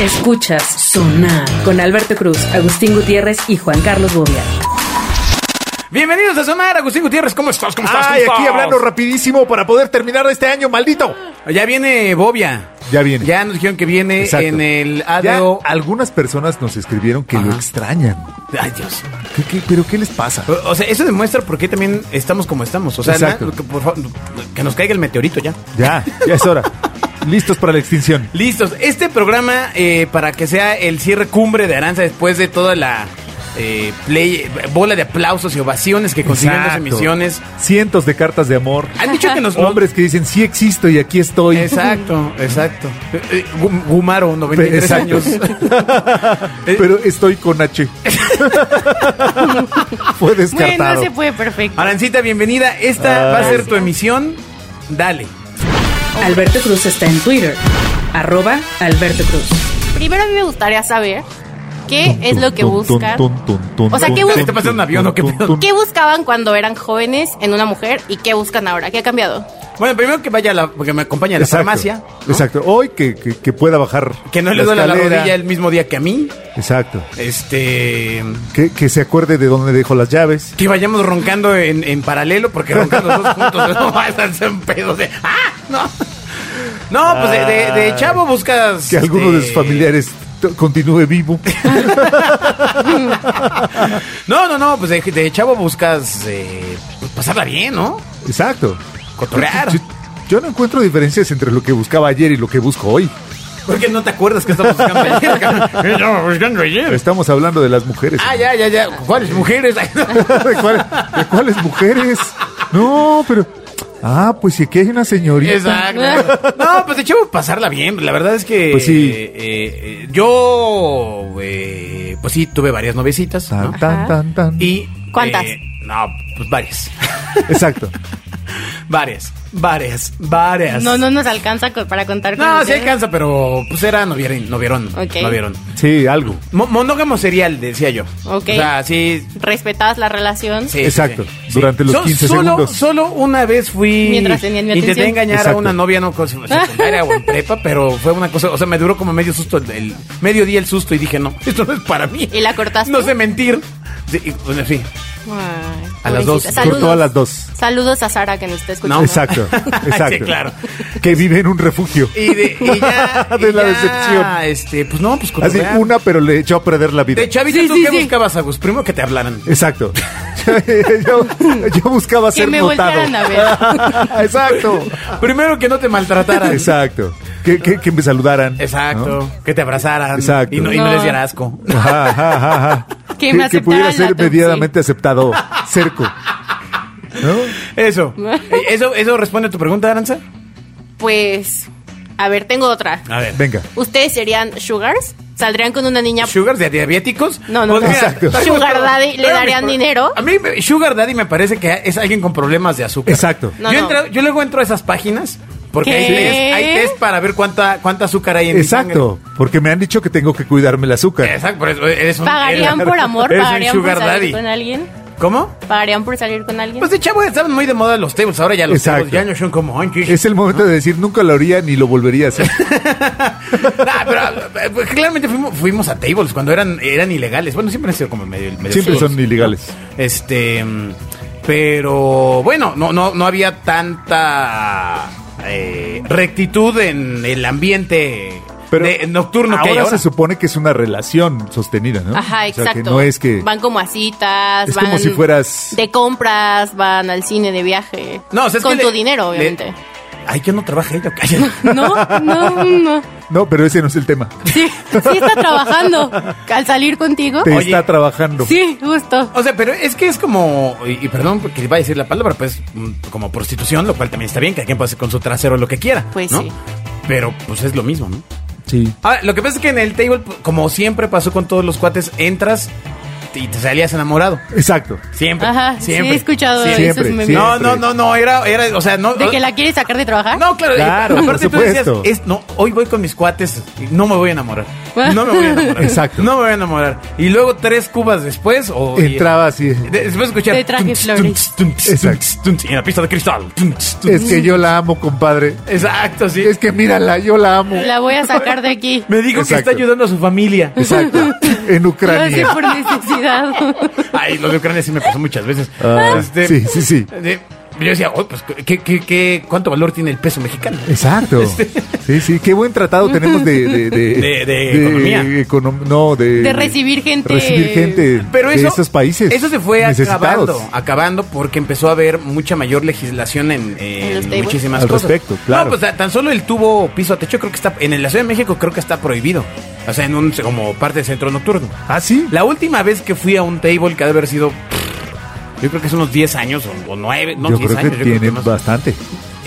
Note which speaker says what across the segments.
Speaker 1: Escuchas Sonar con Alberto Cruz, Agustín Gutiérrez y Juan Carlos Bobia.
Speaker 2: Bienvenidos a Sonar, Agustín Gutiérrez, ¿cómo estás? ¿Cómo estás?
Speaker 3: Ay,
Speaker 2: ¿Cómo
Speaker 3: aquí
Speaker 2: estás?
Speaker 3: hablando rapidísimo para poder terminar este año, maldito.
Speaker 2: Ya viene Bobia.
Speaker 3: Ya viene.
Speaker 2: Ya nos dijeron que viene
Speaker 3: Exacto.
Speaker 2: en el
Speaker 3: Ya
Speaker 2: ADO.
Speaker 3: algunas personas nos escribieron que lo
Speaker 2: Ah, Ajá.
Speaker 3: extrañan.
Speaker 2: Ay, Dios.
Speaker 3: ¿Qué- qué- pero qué les pasa?
Speaker 2: O- O sea, eso demuestra por qué también estamos como estamos. O sea,
Speaker 3: Exacto.
Speaker 2: na- que, por favor, que nos caiga el meteorito ya.
Speaker 3: Ya, ya es hora. Listos para la extinción.
Speaker 2: Listos. Este programa, eh, para que sea el cierre cumbre de Aranza después de toda la eh, play- bola de aplausos y ovaciones que consiguieron las
Speaker 3: Exacto.
Speaker 2: emisiones.
Speaker 3: Cientos de cartas de amor.
Speaker 2: Han dicho que nos...
Speaker 3: Hombres que dicen, sí existo y aquí estoy.
Speaker 2: Exacto, exacto. Eh, eh, Gu- Gumaro, 93
Speaker 3: Exacto.
Speaker 2: años.
Speaker 3: Pero estoy con H. Fue
Speaker 4: Bueno,
Speaker 3: descartado.
Speaker 4: se fue perfecto.
Speaker 2: Arancita, bienvenida.
Speaker 3: Ah,
Speaker 2: Esta va a ser tu emisión. Dale.
Speaker 1: Alberto Cruz está en Twitter, arroba Alberto Cruz.
Speaker 4: Primero a mí me gustaría saber qué es lo que
Speaker 3: Tun, tun,
Speaker 4: buscan.
Speaker 3: tun, tun, tun,
Speaker 4: O sea,
Speaker 3: tun,
Speaker 4: ¿qué
Speaker 3: tun,
Speaker 4: bus-
Speaker 2: ¿Te pasa un
Speaker 3: tun,
Speaker 2: avión o qué
Speaker 3: tun,
Speaker 2: pedo?
Speaker 3: tun.
Speaker 4: ¿Qué buscaban cuando eran jóvenes en una mujer y qué buscan ahora? ¿Qué ha cambiado?
Speaker 2: Bueno, primero que vaya a la, que me acompañe a la
Speaker 3: Exacto,
Speaker 2: farmacia. ¿no?
Speaker 3: Exacto. Hoy que, que- que pueda bajar.
Speaker 2: Que no le duela la
Speaker 3: escalera.
Speaker 2: rodilla el mismo día que a mí.
Speaker 3: Exacto.
Speaker 2: Este.
Speaker 3: Que, que se acuerde de dónde dejó las llaves.
Speaker 2: Que vayamos roncando en, en paralelo, porque roncando los dos juntos no vas a ser un pedo de. ¡Ah! No. No, pues de, de- de chavo buscas.
Speaker 3: Ah. Que alguno de sus
Speaker 2: este,
Speaker 3: familiares t- continúe vivo.
Speaker 2: No, no, no, pues de, de chavo buscas eh, pues pasarla bien, ¿no?
Speaker 3: Exacto.
Speaker 2: Cotorrear.
Speaker 3: Yo, yo no encuentro diferencias entre lo que buscaba ayer y lo que busco hoy.
Speaker 2: Porque no te acuerdas que estamos buscando ayer, cabrón? ¿Qué estamos buscando ayer?
Speaker 3: Estamos hablando de las mujeres.
Speaker 2: Ah, ya, ya, ya. ¿Cuáles mujeres? Ay, no.
Speaker 3: ¿De, cuál- de cuáles mujeres? No, pero. Ah, pues si aquí hay una señorita.
Speaker 2: Exacto. No, pues de hecho, pasarla bien. La verdad es que.
Speaker 3: Pues sí.
Speaker 2: eh, eh, yo. eh, pues sí, tuve varias novecitas. ¿no?
Speaker 3: Tan, tan, tan, tan.
Speaker 2: Y.
Speaker 4: ¿Cuántas?
Speaker 2: eh, no, pues varias.
Speaker 3: Exacto.
Speaker 2: varias. Varias. Varias.
Speaker 4: No, no nos alcanza co- para contar con
Speaker 2: No, sí
Speaker 4: ustedes.
Speaker 2: alcanza, pero pues era novieron. Novieron.
Speaker 4: Ok.
Speaker 2: novieron.
Speaker 3: Sí, algo.
Speaker 2: Mo- monógamo serial, decía yo.
Speaker 4: Ok.
Speaker 2: O sea, sí.
Speaker 4: Respetabas la relación.
Speaker 2: sí, sí,
Speaker 3: Exacto,
Speaker 2: sí.
Speaker 3: durante los
Speaker 2: So-
Speaker 3: 15
Speaker 2: solo,
Speaker 3: segundos.
Speaker 2: Solo una vez fui.
Speaker 4: Mientras tenían mi
Speaker 2: Intenté
Speaker 4: atención.
Speaker 2: engañar a
Speaker 3: Exacto.
Speaker 2: una novia, no cosa- secundaria o en prepa, pero fue una cosa. O sea, me duró como medio susto, el, el- medio día el susto y dije, no, esto no es para mí.
Speaker 4: ¿Y la cortaste?
Speaker 2: No sé mentir. Sí, y, pues, en fin.
Speaker 4: Ay,
Speaker 2: A las
Speaker 4: pobrecita.
Speaker 2: dos.
Speaker 4: Saludos.
Speaker 3: Cortó a las dos.
Speaker 4: Saludos a Sara que nos está escuchando.
Speaker 2: No.
Speaker 3: Exacto. Exacto.
Speaker 2: Sí, claro.
Speaker 3: Que vive en un refugio.
Speaker 2: Y de, y ya.
Speaker 3: De
Speaker 2: y
Speaker 3: la
Speaker 2: ya,
Speaker 3: decepción.
Speaker 2: Este, pues no, pues
Speaker 3: Así,
Speaker 2: cotorrear.
Speaker 3: una, pero le echó a perder la vida.
Speaker 2: De chavita,
Speaker 4: Sí,
Speaker 2: ¿tú
Speaker 4: sí,
Speaker 2: qué
Speaker 4: sí.
Speaker 2: buscabas, Agus? Primero que te hablaran.
Speaker 3: Exacto. yo, yo buscaba
Speaker 4: Que
Speaker 3: ser
Speaker 4: me
Speaker 3: notado.
Speaker 4: voltearan a ver.
Speaker 3: Exacto.
Speaker 2: Primero que no te maltrataran.
Speaker 3: Exacto. Que, que- que me saludaran.
Speaker 2: Exacto.
Speaker 3: ¿no?
Speaker 2: Que te abrazaran.
Speaker 3: Exacto.
Speaker 2: Y no, y no
Speaker 4: No.
Speaker 2: les diera asco.
Speaker 3: Ajá, ajá, ajá, ajá.
Speaker 4: Que me aceptaran
Speaker 3: pudiera
Speaker 4: la
Speaker 3: ser
Speaker 4: Pepsi.
Speaker 3: medianamente aceptado. Cerco. ¿No?
Speaker 2: Eso. eh, ¿Eso, ¿Eso responde a tu pregunta, Aranza?
Speaker 4: Pues, a ver, tengo otra.
Speaker 2: A ver.
Speaker 3: Venga.
Speaker 4: ¿Ustedes serían sugars? ¿Saldrían con una niña?
Speaker 2: ¿Sugar de diabéticos? Pues
Speaker 4: No, no, no. Exacto.
Speaker 2: traigo
Speaker 4: Sugar
Speaker 2: todo.
Speaker 4: daddy, ¿le
Speaker 2: Traigo
Speaker 4: darían
Speaker 2: mis pro-
Speaker 4: dinero?
Speaker 2: A mí, me- Sugar Daddy me parece que es alguien con problemas de azúcar.
Speaker 3: Exacto.
Speaker 4: No,
Speaker 2: yo,
Speaker 4: no.
Speaker 2: entro- yo luego entro a esas páginas porque
Speaker 4: ¿Qué?
Speaker 2: hay test, hay test para ver cuánta, cuánta azúcar hay en mi
Speaker 3: Exacto. Porque me han dicho que tengo que cuidarme el azúcar.
Speaker 2: sangre. Exacto, por eso eres un.
Speaker 4: ¿Pagarían
Speaker 2: eres-
Speaker 4: por amor?
Speaker 2: eres un
Speaker 4: ¿Pagarían por
Speaker 2: Sugar
Speaker 4: salir
Speaker 2: Daddy.
Speaker 4: con alguien?
Speaker 2: ¿Cómo?
Speaker 4: ¿Pagarían por salir con alguien?
Speaker 2: Pues de chavo estaban muy de moda los tables, ahora ya los
Speaker 3: Exacto.
Speaker 2: tables ya no son como antes.
Speaker 3: Es el momento de decir, nunca lo haría ni lo volvería a hacer.
Speaker 2: Ah, pero eh, pues, claramente fuimos, fuimos a tables cuando eran, eran ilegales. Bueno, siempre han sido como medio, medio
Speaker 3: Siempre
Speaker 2: oscuros.
Speaker 3: son ilegales.
Speaker 2: Este, mm, pero bueno, no, no, no había tanta eh, rectitud en el ambiente de- nocturno
Speaker 3: ahora
Speaker 2: que hay ahora.
Speaker 3: se supone que es una relación sostenida, ¿no?
Speaker 4: Ajá,
Speaker 3: O sea,
Speaker 4: exacto.
Speaker 3: que no es que...
Speaker 4: Van como a citas,
Speaker 3: Es
Speaker 4: van
Speaker 3: como si fueras-
Speaker 4: de compras, van al cine de viaje.
Speaker 2: No, o sea, es
Speaker 4: Con
Speaker 2: que
Speaker 4: tu
Speaker 2: le-
Speaker 4: dinero,
Speaker 2: le-
Speaker 4: obviamente.
Speaker 2: Ay, que no trabaja ella, cállate.
Speaker 4: No, no, no.
Speaker 3: No, pero ese no es el tema.
Speaker 4: Sí, sí está trabajando. Al salir contigo.
Speaker 3: Te
Speaker 2: Oye.
Speaker 3: está trabajando.
Speaker 4: Sí, justo.
Speaker 2: O sea, pero es que es como, y, y perdón porque iba a decir la palabra, pues mm, como prostitución, lo cual también está bien, que alguien puede hacer con su trasero lo que quiera.
Speaker 4: Pues
Speaker 2: ¿no?
Speaker 4: sí.
Speaker 2: Pero pues es lo mismo, ¿no?
Speaker 3: Sí.
Speaker 2: Ahora, lo que pasa es que en el table, como siempre pasó con todos los cuates, entras, este, y te salías enamorado.
Speaker 3: Exacto.
Speaker 2: Siempre.
Speaker 4: Ajá, sí,
Speaker 2: siempre.
Speaker 4: he escuchado
Speaker 2: Siempre.
Speaker 4: esos memes.
Speaker 3: siempre.
Speaker 2: No, no, no, no, era, era, o sea, no.
Speaker 4: ¿De que la quieres sacar de trabajar?
Speaker 2: No, claro, claro
Speaker 3: Claro, por
Speaker 2: aparte tú decías,
Speaker 3: supuesto.
Speaker 2: es, no, hoy voy con mis cuates, no me voy a enamorar. No me voy a enamorar.
Speaker 3: Exacto.
Speaker 2: No me voy a enamorar. Y luego tres cubas después, o.
Speaker 3: Entraba así.
Speaker 2: y- de- después escuchar.
Speaker 4: Te traje
Speaker 2: tunts,
Speaker 4: flores.
Speaker 2: tunts, tunts,
Speaker 3: Exacto.
Speaker 2: tunts, tunts, Y en la pista de cristal. tunts, tunts.
Speaker 3: Es que yo la amo, compadre.
Speaker 2: Exacto, sí.
Speaker 3: Es que mírala, yo la amo.
Speaker 4: La voy a sacar de aquí.
Speaker 2: Me dijo que está
Speaker 3: Exacto.
Speaker 2: ayudando a su familia.
Speaker 3: Exacto. En
Speaker 4: Lo hace
Speaker 3: Ucrania.
Speaker 4: por necesidad.
Speaker 2: Ay, lo de Ucrania sí me pasó muchas veces.
Speaker 3: Ah,
Speaker 2: Este,
Speaker 3: sí, sí, sí.
Speaker 2: de- yo decía, oh, pues, ¿qué, qué, qué, ¿cuánto valor tiene el peso mexicano?
Speaker 3: Exacto. Sí, sí, qué buen tratado tenemos de... De,
Speaker 2: Este. De- de economía.
Speaker 3: econom- no, de...
Speaker 4: De recibir gente.
Speaker 3: Recibir gente
Speaker 2: Pero eso,
Speaker 3: de esos países.
Speaker 2: Eso se fue
Speaker 3: necesitados.
Speaker 2: acabando, acabando porque empezó a haber mucha mayor legislación en, eh,
Speaker 4: En los tables.
Speaker 2: muchísimas
Speaker 3: Al
Speaker 2: cosas.
Speaker 3: respecto, claro.
Speaker 2: No, pues a- tan solo el tubo piso a techo creo que está, en la Ciudad de México creo que está prohibido. O sea, en un, como parte del centro nocturno.
Speaker 3: ¿Ah, sí?
Speaker 2: La última vez que fui a un table que ha de haber sido, pff, yo creo que son unos 10 años o, 9, no,
Speaker 3: yo
Speaker 2: 10
Speaker 3: creo que
Speaker 2: años. yo creo que
Speaker 3: tienen
Speaker 2: más.
Speaker 3: bastante.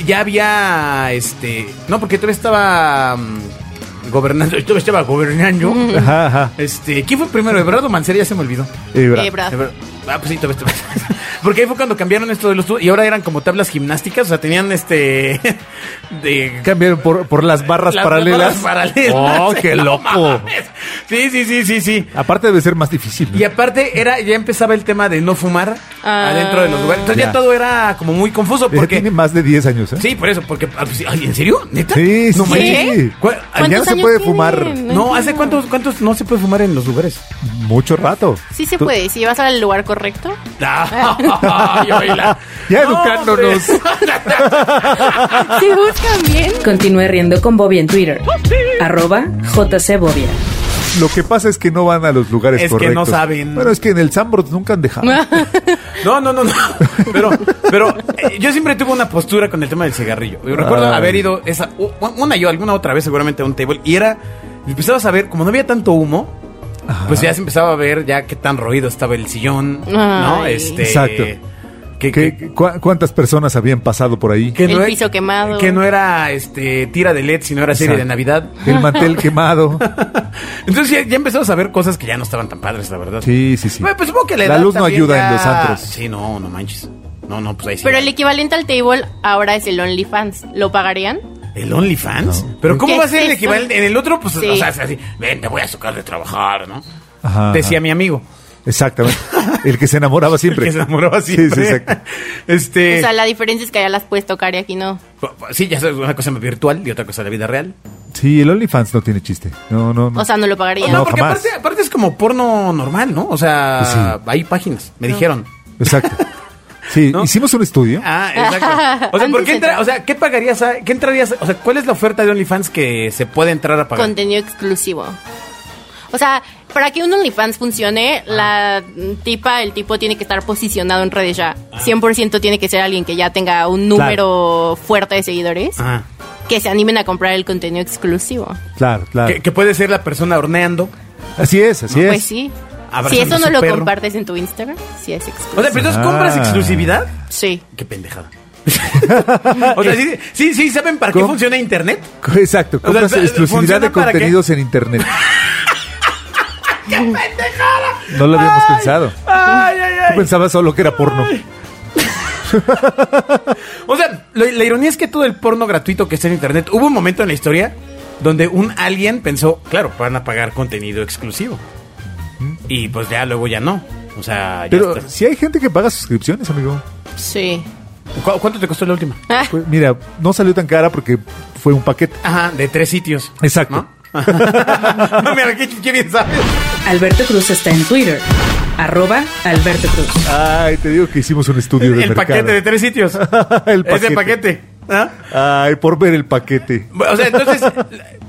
Speaker 2: ya había este no porque todavía estaba mm, gobernando todavía estaba gobernando
Speaker 3: Ajá, ajá.
Speaker 2: este quién fue primero Ebrardo o Mancera ya se me olvidó
Speaker 3: Ebra.
Speaker 4: Ebra. Ah.
Speaker 2: Ebra- ah pues sí todavía estaba porque ahí fue cuando cambiaron esto de los tubos y ahora eran como tablas gimnásticas o sea tenían este de
Speaker 3: Cambiaron por, por las barras
Speaker 2: las
Speaker 3: paralelas.
Speaker 2: barras paralelas.
Speaker 3: Oh, qué
Speaker 2: No
Speaker 3: loco.
Speaker 2: mames. sí sí sí sí sí
Speaker 3: Aparte debe ser más difícil. ¿no?
Speaker 2: y aparte era ya empezaba el tema de no fumar
Speaker 4: Ah.
Speaker 2: adentro de los lugares entonces ya
Speaker 3: Ya.
Speaker 2: todo era como muy confuso
Speaker 3: Ya
Speaker 2: porque
Speaker 3: tiene más de 10 años, ¿eh?
Speaker 2: Sí, por eso, porque. ah, pues, ay, ¿En serio? ¿Neta?
Speaker 3: Sí,
Speaker 2: no
Speaker 3: sí,
Speaker 2: manches.
Speaker 3: sí.
Speaker 2: ¿Cuál-
Speaker 3: Ya no
Speaker 4: ¿Cuántos
Speaker 3: se
Speaker 4: años
Speaker 3: puede
Speaker 4: tienen?
Speaker 3: fumar.
Speaker 2: No, ¿hace cuántos, cuántos no se puede fumar en los lugares?
Speaker 3: Mucho rato.
Speaker 4: Sí se
Speaker 3: Tú-
Speaker 4: puede, si vas al lugar correcto.
Speaker 2: Ah, Ay, oíla.
Speaker 3: Ya
Speaker 2: No,
Speaker 3: educándonos.
Speaker 4: Si buscan bien.
Speaker 1: Continúe riendo con Bobia en Twitter. Arroba JC Bobia.
Speaker 3: Lo que pasa es que no van a los lugares
Speaker 2: Es que
Speaker 3: correctos.
Speaker 2: no saben.
Speaker 3: Bueno, es que en el Sambros nunca han dejado.
Speaker 4: Ah.
Speaker 2: No, no, no, no. Pero, pero eh, yo siempre tuve una postura con el tema del cigarrillo. Yo recuerdo
Speaker 3: Ay.
Speaker 2: haber ido esa, u- una yo, alguna otra vez seguramente a un table y era, empezabas a ver, como no había tanto humo, pues ya se empezaba a ver ya qué tan roído estaba el sillón, ¿no?
Speaker 4: Ay.
Speaker 2: Este,
Speaker 3: Exacto.
Speaker 2: que- que-
Speaker 3: ¿Qué- cua- ¿Cuántas personas habían pasado por ahí?
Speaker 2: Que
Speaker 4: El
Speaker 2: no e-
Speaker 4: piso quemado.
Speaker 2: Que no era este tira de LED, sino era serie de
Speaker 3: Exacto.
Speaker 2: Navidad.
Speaker 3: El mantel quemado.
Speaker 2: Entonces ya, ya empezamos a ver cosas que ya no estaban tan padres, la verdad.
Speaker 3: Sí, sí, sí.
Speaker 2: Bueno, pues supongo que la,
Speaker 3: La
Speaker 2: edad
Speaker 3: luz no
Speaker 2: también
Speaker 3: ayuda
Speaker 2: ya-
Speaker 3: en los antros.
Speaker 2: Sí, no, no manches. No, no, pues ahí sí.
Speaker 4: Pero el equivalente al table ahora es el OnlyFans. ¿Lo pagarían?
Speaker 2: ¿El OnlyFans. Pero ¿cómo
Speaker 4: ¿Qué
Speaker 2: va a ser
Speaker 4: es
Speaker 2: el
Speaker 4: esto?
Speaker 2: equivalente? En el otro, pues,
Speaker 4: Sí.
Speaker 2: o sea, es así, ven, te voy a sacar de trabajar, ¿no?
Speaker 3: Ajá,
Speaker 2: Decía
Speaker 3: ajá.
Speaker 2: mi amigo.
Speaker 3: Exactamente. El que se enamoraba siempre.
Speaker 2: Que se enamoraba
Speaker 3: Sí,
Speaker 2: siempre.
Speaker 3: sí, exacto.
Speaker 2: Este.
Speaker 4: O sea, la diferencia es que allá las puedes tocar y aquí no.
Speaker 2: sí, ya sabes, una cosa virtual y otra cosa la vida real.
Speaker 3: Sí, el OnlyFans no tiene chiste. No, no, no.
Speaker 4: O sea, no lo pagarían.
Speaker 2: no,
Speaker 3: No,
Speaker 2: porque
Speaker 3: jamás. Pues
Speaker 2: aparte, aparte es como porno normal, ¿no? O sea, hay páginas, me dijeron.
Speaker 3: Exacto. Sí,
Speaker 2: ¿No?
Speaker 3: hicimos un estudio.
Speaker 2: Ah, exacto. O sea, ¿por
Speaker 4: Antes
Speaker 2: qué
Speaker 4: de
Speaker 2: entra,
Speaker 4: entrar.
Speaker 2: o sea, ¿qué pagarías? a- ¿Qué entrarías? O sea, ¿cuál es la oferta de OnlyFans que se puede entrar a pagar?
Speaker 4: Contenido exclusivo. O sea, para que un OnlyFans
Speaker 2: Ah.
Speaker 4: funcione, la tipa, el tipo tiene que estar posicionado en redes ya.
Speaker 2: Ah.
Speaker 4: 100% tiene que ser alguien que ya tenga un número fuerte de seguidores
Speaker 2: Ajá.
Speaker 4: que se animen a comprar el contenido exclusivo.
Speaker 3: Claro, claro.
Speaker 2: Que, que puede ser la persona horneando.
Speaker 3: Así es, así es.
Speaker 4: Pues sí.
Speaker 2: Abrazando
Speaker 4: Si eso
Speaker 2: a
Speaker 4: no
Speaker 2: su
Speaker 4: lo
Speaker 2: perro.
Speaker 4: compartes en tu Instagram, sí es
Speaker 2: O sea,
Speaker 4: exclusivo.
Speaker 2: pero entonces
Speaker 3: Ah.
Speaker 2: compras exclusividad.
Speaker 4: Sí.
Speaker 2: Qué pendejada. o sea, sí, sí, sí, ¿saben para qué
Speaker 3: ¿Cómo?
Speaker 2: funciona Internet?
Speaker 3: Exacto, compras
Speaker 2: O sea,
Speaker 3: exclusividad de
Speaker 2: ¿funciona para qué?
Speaker 3: contenidos en internet. No lo habíamos pensado.
Speaker 2: Ay, ay,
Speaker 3: Tú
Speaker 2: ay.
Speaker 3: pensabas solo que era porno.
Speaker 2: O sea, lo- la ironía es que todo el porno gratuito que está en Internet, hubo un momento en la historia donde un alien pensó, claro, van a pagar contenido exclusivo. Y pues ya luego ya no. O sea, ya
Speaker 3: Pero
Speaker 2: está.
Speaker 3: si hay gente que paga suscripciones, amigo.
Speaker 4: Sí.
Speaker 2: ¿Cu- ¿Cuánto te costó la última?
Speaker 4: Ah,
Speaker 3: Pues mira, no salió tan cara porque fue un paquete.
Speaker 2: Ajá, de tres sitios.
Speaker 3: Exacto.
Speaker 2: ¿No? Mira, qué, qué bien sabes.
Speaker 1: Alberto Cruz está en Twitter. Arroba Alberto Cruz.
Speaker 3: Ay, te digo que hicimos un estudio de
Speaker 2: El
Speaker 3: mercado.
Speaker 2: paquete de tres sitios.
Speaker 3: El
Speaker 2: Ese
Speaker 3: paquete.
Speaker 2: paquete. ¿ah?
Speaker 3: Ay, por ver el paquete.
Speaker 2: Bueno, O sea, entonces,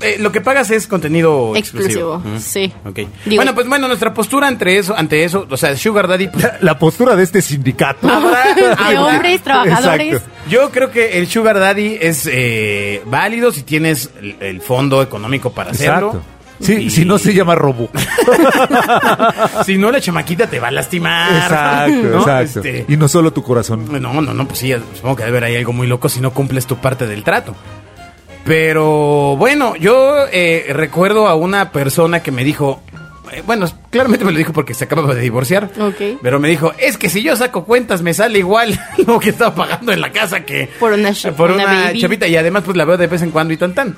Speaker 2: eh, lo que pagas es contenido exclusivo.
Speaker 4: Exclusivo,
Speaker 2: Ujú.
Speaker 4: sí.
Speaker 2: Ok.
Speaker 4: Digo-
Speaker 2: bueno, pues bueno, nuestra postura entre eso, ante eso, o sea, Sugar Daddy, pues,
Speaker 3: La, la postura de este sindicato.
Speaker 2: habrá-
Speaker 4: De
Speaker 2: habrá-
Speaker 4: hombres trabajadores.
Speaker 3: Exacto.
Speaker 2: Yo creo que el Sugar Daddy es eh, válido si tienes el, el fondo económico para hacerlo.
Speaker 3: Exacto. Sí,
Speaker 2: Y-
Speaker 3: si no se llama robo.
Speaker 2: si no, la chamaquita te va a lastimar.
Speaker 3: Exacto,
Speaker 2: ¿no?
Speaker 3: exacto.
Speaker 2: Este,
Speaker 3: Y no solo tu corazón.
Speaker 2: No, no, no, pues sí, supongo que debe haber ahí algo muy loco si no cumples tu parte del trato. Pero bueno, yo eh, recuerdo a una persona que me dijo, eh, bueno, claramente me lo dijo porque se acababa de divorciar.
Speaker 4: Ok.
Speaker 2: Pero me dijo, es que si yo saco cuentas me sale igual lo que estaba pagando en la casa que...
Speaker 4: Por una ch-
Speaker 2: por
Speaker 4: una
Speaker 2: una
Speaker 4: baby.
Speaker 2: chavita. Y además pues la veo de vez en cuando y tan tan.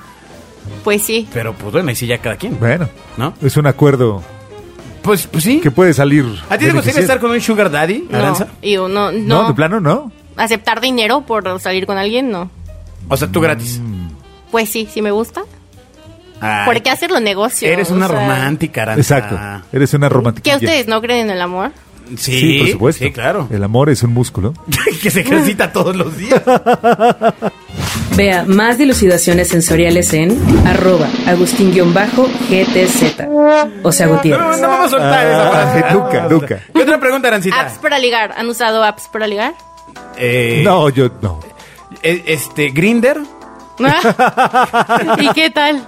Speaker 4: Pues sí.
Speaker 2: Pero pues bueno, y sí ya cada quien.
Speaker 3: Bueno,
Speaker 2: ¿No?
Speaker 3: es un acuerdo
Speaker 2: Pues, pues sí.
Speaker 3: que puede salir.
Speaker 2: ¿A ti te gustaría
Speaker 3: beneficioso.
Speaker 2: estar con un sugar daddy,
Speaker 4: No,
Speaker 2: Aranza?
Speaker 4: y uno,
Speaker 3: No,
Speaker 4: no.
Speaker 3: de plano no.
Speaker 4: Aceptar dinero por salir con alguien, no.
Speaker 2: O sea, tú gratis.
Speaker 3: Mm.
Speaker 4: Pues sí, sí me gusta.
Speaker 2: Ay,
Speaker 4: ¿Por qué hacerlo negocio?
Speaker 2: Eres
Speaker 4: O
Speaker 2: una
Speaker 4: sea,
Speaker 2: romántica, Aranza.
Speaker 3: Exacto. Eres una romántica.
Speaker 4: ¿Qué ustedes no creen en el amor?
Speaker 2: Sí,
Speaker 3: Sí, por supuesto.
Speaker 2: Sí, claro.
Speaker 3: El amor es un músculo.
Speaker 2: que se ejercita todos los días.
Speaker 1: Vea más dilucidaciones sensoriales en arroba agustín-gtz. O sea,
Speaker 2: No, no,
Speaker 1: Gutiérrez.
Speaker 2: no vamos a soltar esa frase.
Speaker 3: Ah, nunca, nunca.
Speaker 2: ¿Qué otra pregunta,
Speaker 4: Apps
Speaker 2: Arancita?
Speaker 4: para ligar. ¿Han usado apps para ligar?
Speaker 2: Eh,
Speaker 3: No, yo no.
Speaker 2: eh, Este, Grinder.
Speaker 4: ¿Y qué tal?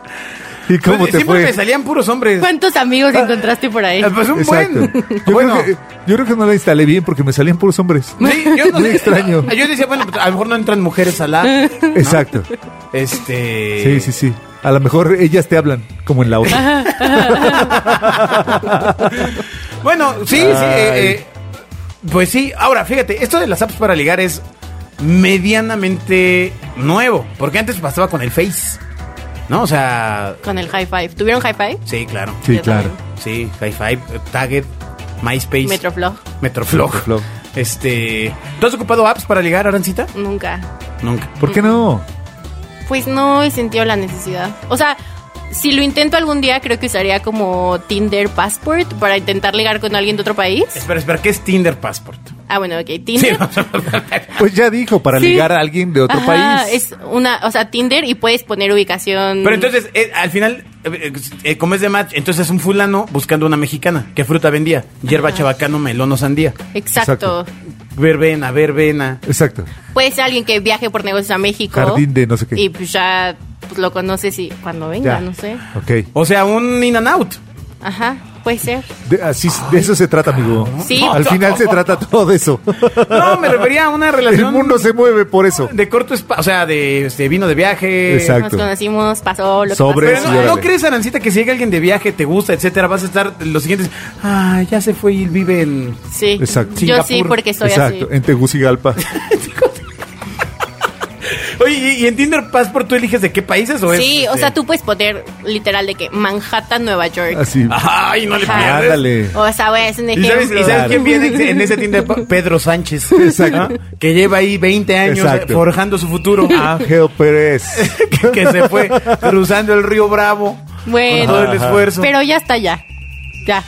Speaker 3: ¿Y cómo
Speaker 2: Pues,
Speaker 3: te
Speaker 2: Siempre
Speaker 3: fue?
Speaker 2: me salían puros hombres.
Speaker 4: ¿Cuántos amigos encontraste por ahí?
Speaker 2: Eh, Pues un
Speaker 3: Exacto.
Speaker 2: buen.
Speaker 3: Yo,
Speaker 2: bueno,
Speaker 3: creo que, yo creo que no la instalé bien porque me salían puros hombres.
Speaker 2: sí, yo no
Speaker 3: Muy
Speaker 2: sé. Ah,
Speaker 3: extraño.
Speaker 2: Yo decía, bueno, a lo mejor no entran mujeres al app. ¿no?
Speaker 3: Exacto.
Speaker 2: Este.
Speaker 3: Sí, sí, sí. A lo mejor ellas te hablan, como en la otra.
Speaker 2: Bueno, sí, sí. eh, eh, pues sí, ahora fíjate, esto de las apps para ligar es medianamente nuevo, porque antes pasaba con el Face, ¿no? O sea,
Speaker 4: Con el high five. ¿Tuvieron high five?
Speaker 2: sí, claro.
Speaker 3: Sí,
Speaker 4: Yo
Speaker 3: claro.
Speaker 2: Sí, Hi-Fi, Target, MySpace,
Speaker 4: Metroflog.
Speaker 2: Metroflog.
Speaker 3: Metroflog.
Speaker 2: Este, ¿tú has ocupado apps para ligar, Arancita?
Speaker 4: Nunca.
Speaker 2: Nunca.
Speaker 3: ¿Por qué no?
Speaker 4: Pues no he sentido la necesidad. O sea, si lo intento algún día, creo que usaría como Tinder Passport para intentar ligar con alguien de otro país.
Speaker 2: Espera, espera, ¿qué es Tinder Passport?
Speaker 4: Ah, bueno, ok.
Speaker 2: Sí,
Speaker 4: Tinder.
Speaker 2: vamos a
Speaker 3: Pues ya dijo, para
Speaker 4: Sí.
Speaker 3: ligar a alguien de otro
Speaker 4: Ajá,
Speaker 3: país.
Speaker 4: Es una, o sea, Tinder y puedes poner ubicación.
Speaker 2: Pero entonces, eh, al final, eh, eh, como es de match, entonces es un fulano buscando una mexicana. ¿Qué fruta vendía? Hierba, chabacano, melón o sandía.
Speaker 4: Exacto.
Speaker 3: Exacto.
Speaker 2: Verbena, verbena.
Speaker 3: Exacto.
Speaker 4: Puedes ser alguien que viaje por negocios a México.
Speaker 3: Jardín de no sé qué.
Speaker 4: Y pues ya pues, lo conoces y cuando
Speaker 3: Ya.
Speaker 4: venga, no sé.
Speaker 3: Ok.
Speaker 2: O sea, un in and out.
Speaker 4: Ajá, puede ser.
Speaker 3: De, así, de eso se trata, amigo.
Speaker 4: Sí.
Speaker 3: Al final se trata todo de eso.
Speaker 2: No, me refería a una
Speaker 3: El
Speaker 2: relación
Speaker 3: mundo se mueve por eso.
Speaker 2: de corto espacio. O sea, de este, vino de viaje.
Speaker 3: Exacto.
Speaker 4: Nos conocimos, pasó lo que
Speaker 3: Sobre
Speaker 2: Pero
Speaker 3: eso,
Speaker 4: pasó.
Speaker 2: no,
Speaker 3: y
Speaker 2: ¿no
Speaker 3: órale.
Speaker 2: crees, Arancita, que si llega alguien de viaje, te gusta, etcétera, vas a estar los siguientes. Ah, ya se fue y vive en.
Speaker 4: Sí.
Speaker 3: Exacto.
Speaker 4: Yo sí,
Speaker 2: Singapur.
Speaker 4: porque soy
Speaker 3: Exacto,
Speaker 4: así.
Speaker 3: en Tegucigalpa.
Speaker 2: Oye, ¿y, y en Tinder Passport tú eliges de qué países o es?
Speaker 4: Sí, o
Speaker 2: este?
Speaker 4: sea, tú puedes poner literal de que Manhattan, Nueva York.
Speaker 3: Así.
Speaker 2: Ay, no le
Speaker 4: Ajá.
Speaker 2: pierdes.
Speaker 3: Ándale.
Speaker 4: O sea, güey, es un
Speaker 2: ¿Y
Speaker 4: ejemplo.
Speaker 2: sabes, y sabes
Speaker 3: Claro.
Speaker 2: quién viene en ese Tinder? Pa- Pedro Sánchez.
Speaker 3: Exacto.
Speaker 2: ¿no? Que lleva ahí 20 años
Speaker 3: Exacto.
Speaker 2: forjando su futuro.
Speaker 3: Ángel Pérez.
Speaker 2: que, que se fue cruzando el río Bravo.
Speaker 4: Bueno.
Speaker 2: Con todo el
Speaker 3: Ajá.
Speaker 2: esfuerzo.
Speaker 4: Pero ya está ya. Ya.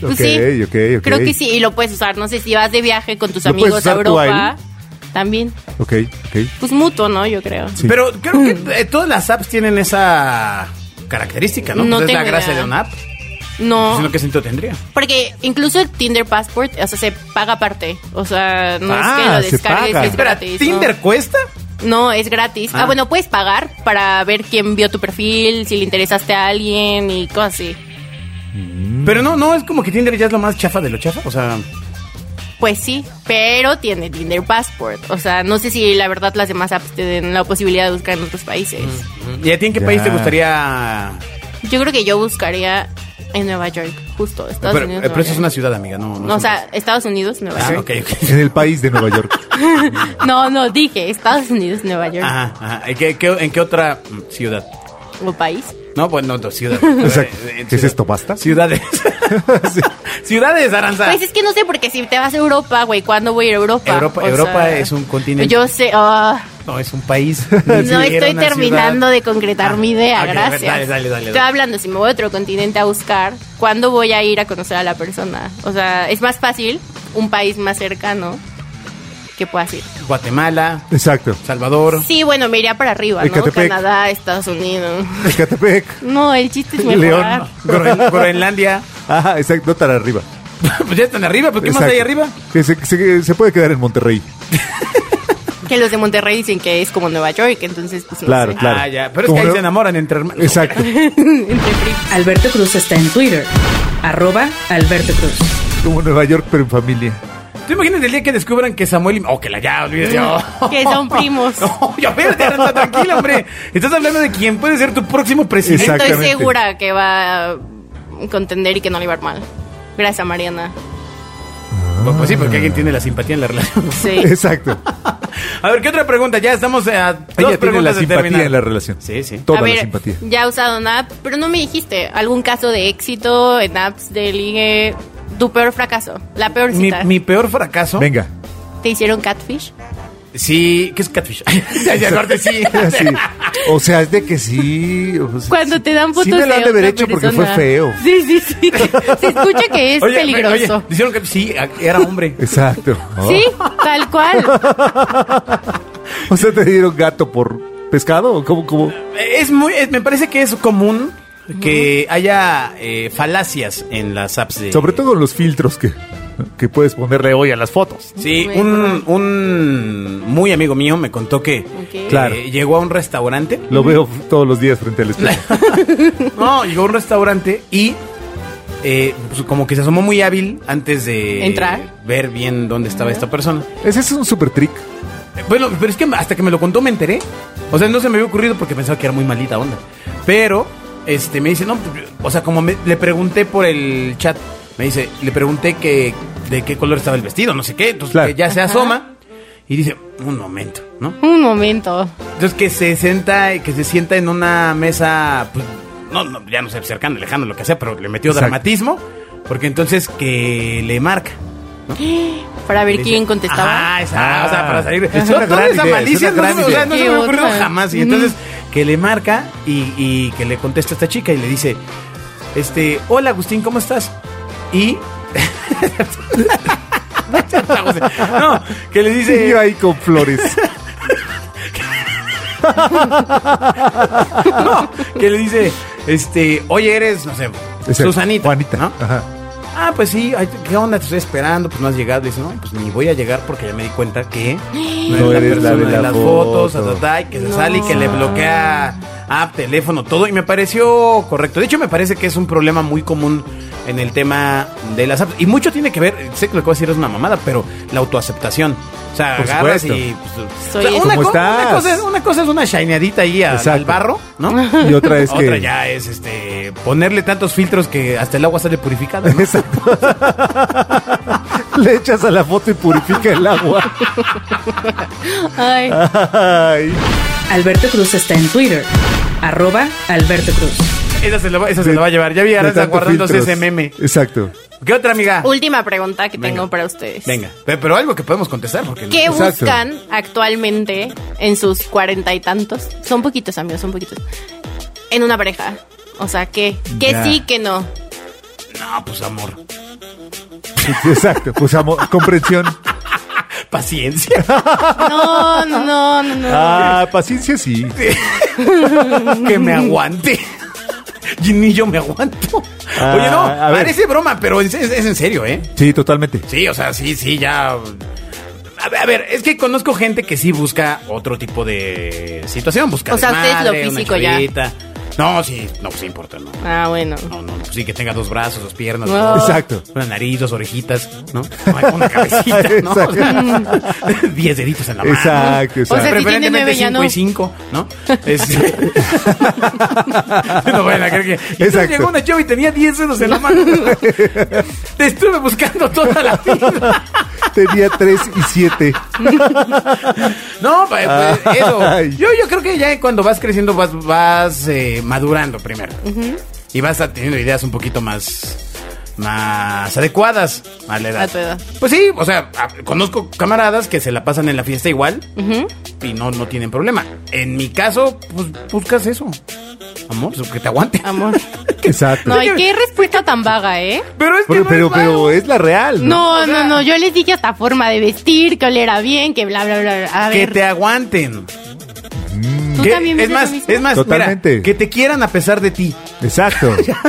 Speaker 4: Pues
Speaker 3: Ok, ok,
Speaker 4: sí.
Speaker 3: ok.
Speaker 4: Creo que sí, y lo puedes usar. No sé si vas de viaje con tus
Speaker 3: ¿Lo puedes
Speaker 4: amigos a
Speaker 3: usar tú a
Speaker 4: Europa. También.
Speaker 3: Ok, ok.
Speaker 4: Pues mutuo, ¿no? Yo creo.
Speaker 3: Sí.
Speaker 2: Pero creo que eh, todas las apps tienen esa característica, ¿no?
Speaker 4: No
Speaker 2: Pues es la
Speaker 4: tengo
Speaker 2: gracia
Speaker 4: idea.
Speaker 2: de una app.
Speaker 4: No.
Speaker 2: Sino que sentido tendría.
Speaker 4: Porque incluso el Tinder Passport, o sea, se paga aparte. O sea, no es que
Speaker 3: Ah,
Speaker 4: lo
Speaker 3: se
Speaker 4: descargues,
Speaker 3: paga.
Speaker 4: es
Speaker 2: Espera,
Speaker 4: gratis. ¿no?
Speaker 2: ¿Tinder cuesta?
Speaker 4: No, es gratis. Ah.
Speaker 2: Ah.
Speaker 4: bueno, puedes pagar para ver quién vio tu perfil, si le interesaste a alguien y cosas así.
Speaker 3: Mm.
Speaker 2: Pero no, no, es como que Tinder ya es lo más chafa de lo chafa. O sea,
Speaker 4: Pues sí, pero tiene Tinder Passport. O sea, no sé si la verdad las demás apps te den la posibilidad de buscar en otros países.
Speaker 2: Mm. ¿y a ti en qué
Speaker 3: Ya.
Speaker 2: país te gustaría...?
Speaker 4: Yo creo que yo buscaría en Nueva York, justo. Estados
Speaker 2: pero eh,
Speaker 4: Unidos.
Speaker 2: pero
Speaker 4: Nueva
Speaker 2: eso es una
Speaker 4: York.
Speaker 2: ciudad, amiga, no... no
Speaker 4: No, o
Speaker 2: es un
Speaker 4: sea, Estados Unidos, Nueva
Speaker 2: país. Ah,
Speaker 4: York.
Speaker 2: ok, ok.
Speaker 3: En el país de Nueva York.
Speaker 4: No, no, dije Estados Unidos, Nueva York.
Speaker 2: Ajá, ajá. ¿En qué, qué- en qué otra mm, ciudad?
Speaker 4: O país.
Speaker 2: No, bueno, no, ciudad.
Speaker 3: Exacto.
Speaker 2: Eh, eh,
Speaker 3: ¿Qué es
Speaker 2: ciudad.
Speaker 3: esto? ¿Basta?
Speaker 2: Ciudades.
Speaker 3: Sí.
Speaker 2: Ciudades, Aranza.
Speaker 4: Pues es que no sé, porque si te vas a Europa, güey, ¿cuándo voy a ir a Europa?
Speaker 2: Europa- Europa es un continente.
Speaker 4: Yo sé, ah,
Speaker 2: No, es un país.
Speaker 4: no estoy terminando de concretar
Speaker 2: Ah,
Speaker 4: mi idea,
Speaker 2: ok,
Speaker 4: gracias.
Speaker 2: dale, dale, dale,
Speaker 4: Estoy
Speaker 2: dale.
Speaker 4: hablando, si me voy a otro continente a buscar, ¿cuándo voy a ir a conocer a la persona? O sea, es más fácil un país más cercano que puedas ir.
Speaker 2: Guatemala,
Speaker 3: Exacto.
Speaker 2: Salvador.
Speaker 4: Sí, bueno, me iría para arriba, ¿no?
Speaker 3: Ecatepec.
Speaker 4: Canadá, Estados Unidos.
Speaker 3: Ecatepec.
Speaker 4: No, el chiste es
Speaker 3: León.
Speaker 4: mejorar.
Speaker 2: Groen- Groenlandia.
Speaker 3: Ajá, exacto. No tan arriba.
Speaker 2: pues ya están arriba, pues ¿qué más
Speaker 3: Exacto.
Speaker 2: hay arriba?
Speaker 3: Que se, se- se puede quedar en Monterrey.
Speaker 4: Que los de Monterrey dicen que es como Nueva York, entonces pues no
Speaker 3: Claro,
Speaker 4: sé.
Speaker 3: claro.
Speaker 2: Ah, ya. Pero es que
Speaker 3: Como
Speaker 2: ahí
Speaker 3: no-
Speaker 2: se enamoran entre hermanos.
Speaker 3: Exacto.
Speaker 4: Entre fríos.
Speaker 1: Alberto Cruz está en Twitter. Arroba Alberto Cruz.
Speaker 3: Como Nueva York, pero en familia.
Speaker 2: ¿Tú imaginas el día que descubran que Samuel y... Oh, que la ya, olvídate. oh.
Speaker 4: Que son primos.
Speaker 2: No, ya vete, Aranza, tranquila, hombre. Estás hablando de quién puede ser tu próximo presidente.
Speaker 3: Exacto.
Speaker 4: Estoy
Speaker 3: Exactamente.
Speaker 4: segura que va contender y que no le iba a ir mal. Gracias, Mariana.
Speaker 2: Pues, pues sí, porque alguien tiene la simpatía en la relación.
Speaker 4: Sí.
Speaker 3: Exacto.
Speaker 2: A ver, ¿qué otra pregunta? Ya estamos eh, a dos
Speaker 3: Ella tiene la
Speaker 2: preguntas de terminar.
Speaker 3: simpatía en la relación.
Speaker 2: Sí, sí.
Speaker 3: Toda
Speaker 4: a ver,
Speaker 3: la simpatía.
Speaker 4: ya he usado una app, pero no me dijiste algún caso de éxito en apps de ligue. Tu peor fracaso, la peor
Speaker 2: Mi,
Speaker 4: cita.
Speaker 2: mi peor fracaso.
Speaker 3: Venga.
Speaker 4: ¿Te hicieron catfish?
Speaker 2: Sí, ¿qué es catfish? ya, ya, corte, sí.
Speaker 3: Así. O sea, es de que sí. o sea,
Speaker 4: Cuando te dan fotos
Speaker 3: Sí me
Speaker 4: de
Speaker 3: lo han de haber
Speaker 4: otra
Speaker 3: hecho porque fue
Speaker 4: persona.
Speaker 3: feo.
Speaker 4: Sí, sí, sí. Se escucha que es
Speaker 2: Oye, me-
Speaker 4: peligroso.
Speaker 2: oye, dijeron que sí, era hombre.
Speaker 3: Exacto.
Speaker 4: Sí,
Speaker 3: Oh.
Speaker 4: tal cual.
Speaker 3: O sea, te dieron gato por pescado o cómo, cómo.
Speaker 2: Es muy, es- me parece que es común que haya eh, falacias en las apps de...
Speaker 3: Sobre todo los filtros que, que puedes ponerle hoy a las fotos.
Speaker 2: Sí,
Speaker 4: Bueno.
Speaker 2: un, un muy amigo mío me contó que eh,
Speaker 3: Claro.
Speaker 2: llegó a un restaurante.
Speaker 3: Lo veo todos los días frente al espejo.
Speaker 2: No, llegó a un restaurante y eh, pues, como que se asomó muy hábil antes de
Speaker 4: Entrar.
Speaker 2: ver bien dónde estaba esta persona.
Speaker 3: Ese es un super trick.
Speaker 2: Eh, Bueno, pero es que hasta que me lo contó me enteré. O sea, no se me había ocurrido porque pensaba que era muy malita onda. Pero, este, me dice, no, pues, o sea, como me- le pregunté por el chat, me dice, le pregunté que de qué color estaba el vestido, no sé qué. Entonces
Speaker 3: Claro.
Speaker 2: que ya se asoma y dice, un momento, ¿no?
Speaker 4: Un momento.
Speaker 2: Entonces que se sienta, que se sienta en una mesa, pues, no, no, ya no sé, cercana, lejana, lo que sea, pero le metió
Speaker 3: Exacto.
Speaker 2: dramatismo, porque entonces que le marca.
Speaker 4: Para ver quién
Speaker 2: Ah,
Speaker 4: contestaba.
Speaker 2: esa, o sea, para salir.
Speaker 3: Ah, Es
Speaker 2: No,
Speaker 3: una
Speaker 2: toda
Speaker 3: gran
Speaker 2: esa
Speaker 3: idea,
Speaker 2: malicia
Speaker 3: es
Speaker 2: no,
Speaker 3: una gran
Speaker 2: se- o sea,
Speaker 3: idea.
Speaker 2: no se
Speaker 4: Qué
Speaker 2: me ha ocurrido
Speaker 4: otra. Mm.
Speaker 2: jamás. Y entonces que le marca y, y que le contesta a esta chica y le dice, este, hola Agustín, ¿cómo estás? Y... no, que le dice...
Speaker 3: Sí, yo ahí con flores.
Speaker 2: No, que le dice, este, oye, eres, no sé,
Speaker 3: Ese,
Speaker 2: Susanita.
Speaker 3: Juanita.
Speaker 2: ¿no?
Speaker 3: Ajá.
Speaker 2: Ah, pues sí, ay, ¿qué onda? Te estoy esperando, pues no has llegado. Le dice, no, pues ni voy a llegar porque ya me di cuenta que
Speaker 3: No eres la
Speaker 2: persona
Speaker 3: de la
Speaker 2: las
Speaker 3: foto.
Speaker 2: fotos, ta, ta, ta, y que se
Speaker 4: No.
Speaker 2: sale y que le bloquea app, teléfono, todo. Y me pareció correcto. De hecho, me parece que es un problema muy común en el tema de las apps. Y mucho tiene que ver, sé que lo que voy a decir es una mamada, pero la autoaceptación. O sea,
Speaker 3: Por
Speaker 2: agarras
Speaker 3: supuesto.
Speaker 2: y... pues,
Speaker 4: Soy-
Speaker 2: o sea, una,
Speaker 3: ¿Cómo
Speaker 2: co- una
Speaker 3: estás?
Speaker 2: cosa es, una cosa es una shineadita ahí al- al
Speaker 3: Exacto.
Speaker 2: barro, ¿no?
Speaker 3: Y otra es que.
Speaker 2: Otra ya es este ponerle tantos filtros que hasta el agua sale purificada. ¿no?
Speaker 3: Exacto. Le echas a la foto y purifica el agua. Ah.
Speaker 4: Ay.
Speaker 3: Ay.
Speaker 1: Alberto Cruz está en Twitter. Arroba Alberto Cruz.
Speaker 2: Esa se la va, esa se la va a llevar. Ya vi a
Speaker 3: De
Speaker 2: Aranza
Speaker 3: tanto
Speaker 2: guardándose
Speaker 3: filtros.
Speaker 2: ese meme.
Speaker 3: Exacto.
Speaker 2: ¿Qué otra amiga?
Speaker 4: Última pregunta que tengo
Speaker 2: Venga.
Speaker 4: para ustedes.
Speaker 2: Venga, pe- pero algo que podemos contestar porque
Speaker 4: ¿Qué
Speaker 3: Exacto.
Speaker 4: buscan actualmente en sus cuarenta y tantos? Son poquitos, amigos, son poquitos. En una pareja. O sea, ¿qué? ¿Qué
Speaker 3: Ya.
Speaker 4: sí, que no?
Speaker 2: no, pues amor,
Speaker 3: Exacto. Pues amor, comprensión.
Speaker 2: paciencia.
Speaker 4: No, no, no, no, no.
Speaker 3: Ah, paciencia sí.
Speaker 2: que me aguante. Y Ni yo me aguanto.
Speaker 3: Ah,
Speaker 2: Oye, no,
Speaker 3: a ver.
Speaker 2: parece broma, pero es, es- es en serio, ¿eh?
Speaker 3: Sí, totalmente.
Speaker 2: Sí, o sea, sí, sí, ya. A ver, a ver, es que conozco gente que sí busca otro tipo de situación. Busca
Speaker 4: O sea, ustedes lo
Speaker 2: desmadre, una
Speaker 4: físico ya.
Speaker 2: chavita. No, sí, no, pues, sí importa, no.
Speaker 4: Ah, bueno.
Speaker 2: No, no, sí que tenga dos brazos, dos piernas,
Speaker 4: No.
Speaker 2: dos-
Speaker 3: Exacto.
Speaker 2: una nariz, dos orejitas, ¿no? Una cabecita, ¿no? O sea, diez deditos en la mano.
Speaker 3: Exacto, exacto.
Speaker 4: O sea, sí. tiene nueve,
Speaker 2: Preferentemente
Speaker 4: ya
Speaker 2: cinco
Speaker 4: no.
Speaker 2: y cinco, ¿no? Este- no vayan a creer que. Y entonces
Speaker 3: Exacto.
Speaker 2: llegó una chava y tenía diez dedos en la mano. Te estuve buscando toda la vida.
Speaker 3: Tenía 3 y 7.
Speaker 2: No, pues, pues, eso.
Speaker 3: Ah. Ay.
Speaker 2: Yo, yo creo que ya cuando vas creciendo vas, vas eh, madurando primero. Y vas a- teniendo ideas un poquito más, más adecuadas a la edad.
Speaker 4: A tu edad.
Speaker 2: Pues sí, o sea, a- conozco camaradas que se la pasan en la fiesta igual y no, no tienen problema. En mi caso, pues buscas eso. Amor, pues, que te aguante.
Speaker 4: Amor.
Speaker 3: Exacto.
Speaker 4: No, y qué respuesta tan vaga, ¿eh?
Speaker 2: Pero es que
Speaker 3: pero,
Speaker 2: no es
Speaker 3: pero, eh,
Speaker 2: malo.
Speaker 3: pero es la real. ¿no?
Speaker 4: No,
Speaker 2: O sea-
Speaker 4: no, no. Yo les dije hasta forma de vestir, que olera bien, que bla, bla, bla. bla. A
Speaker 2: que
Speaker 4: ver,
Speaker 2: te aguanten.
Speaker 4: tú
Speaker 2: Que-
Speaker 4: también
Speaker 2: es
Speaker 4: dices lo
Speaker 2: más,
Speaker 4: mismo?
Speaker 2: es más, mira,
Speaker 3: Totalmente.
Speaker 2: que te quieran a pesar de ti.
Speaker 3: Exacto.
Speaker 2: O sea,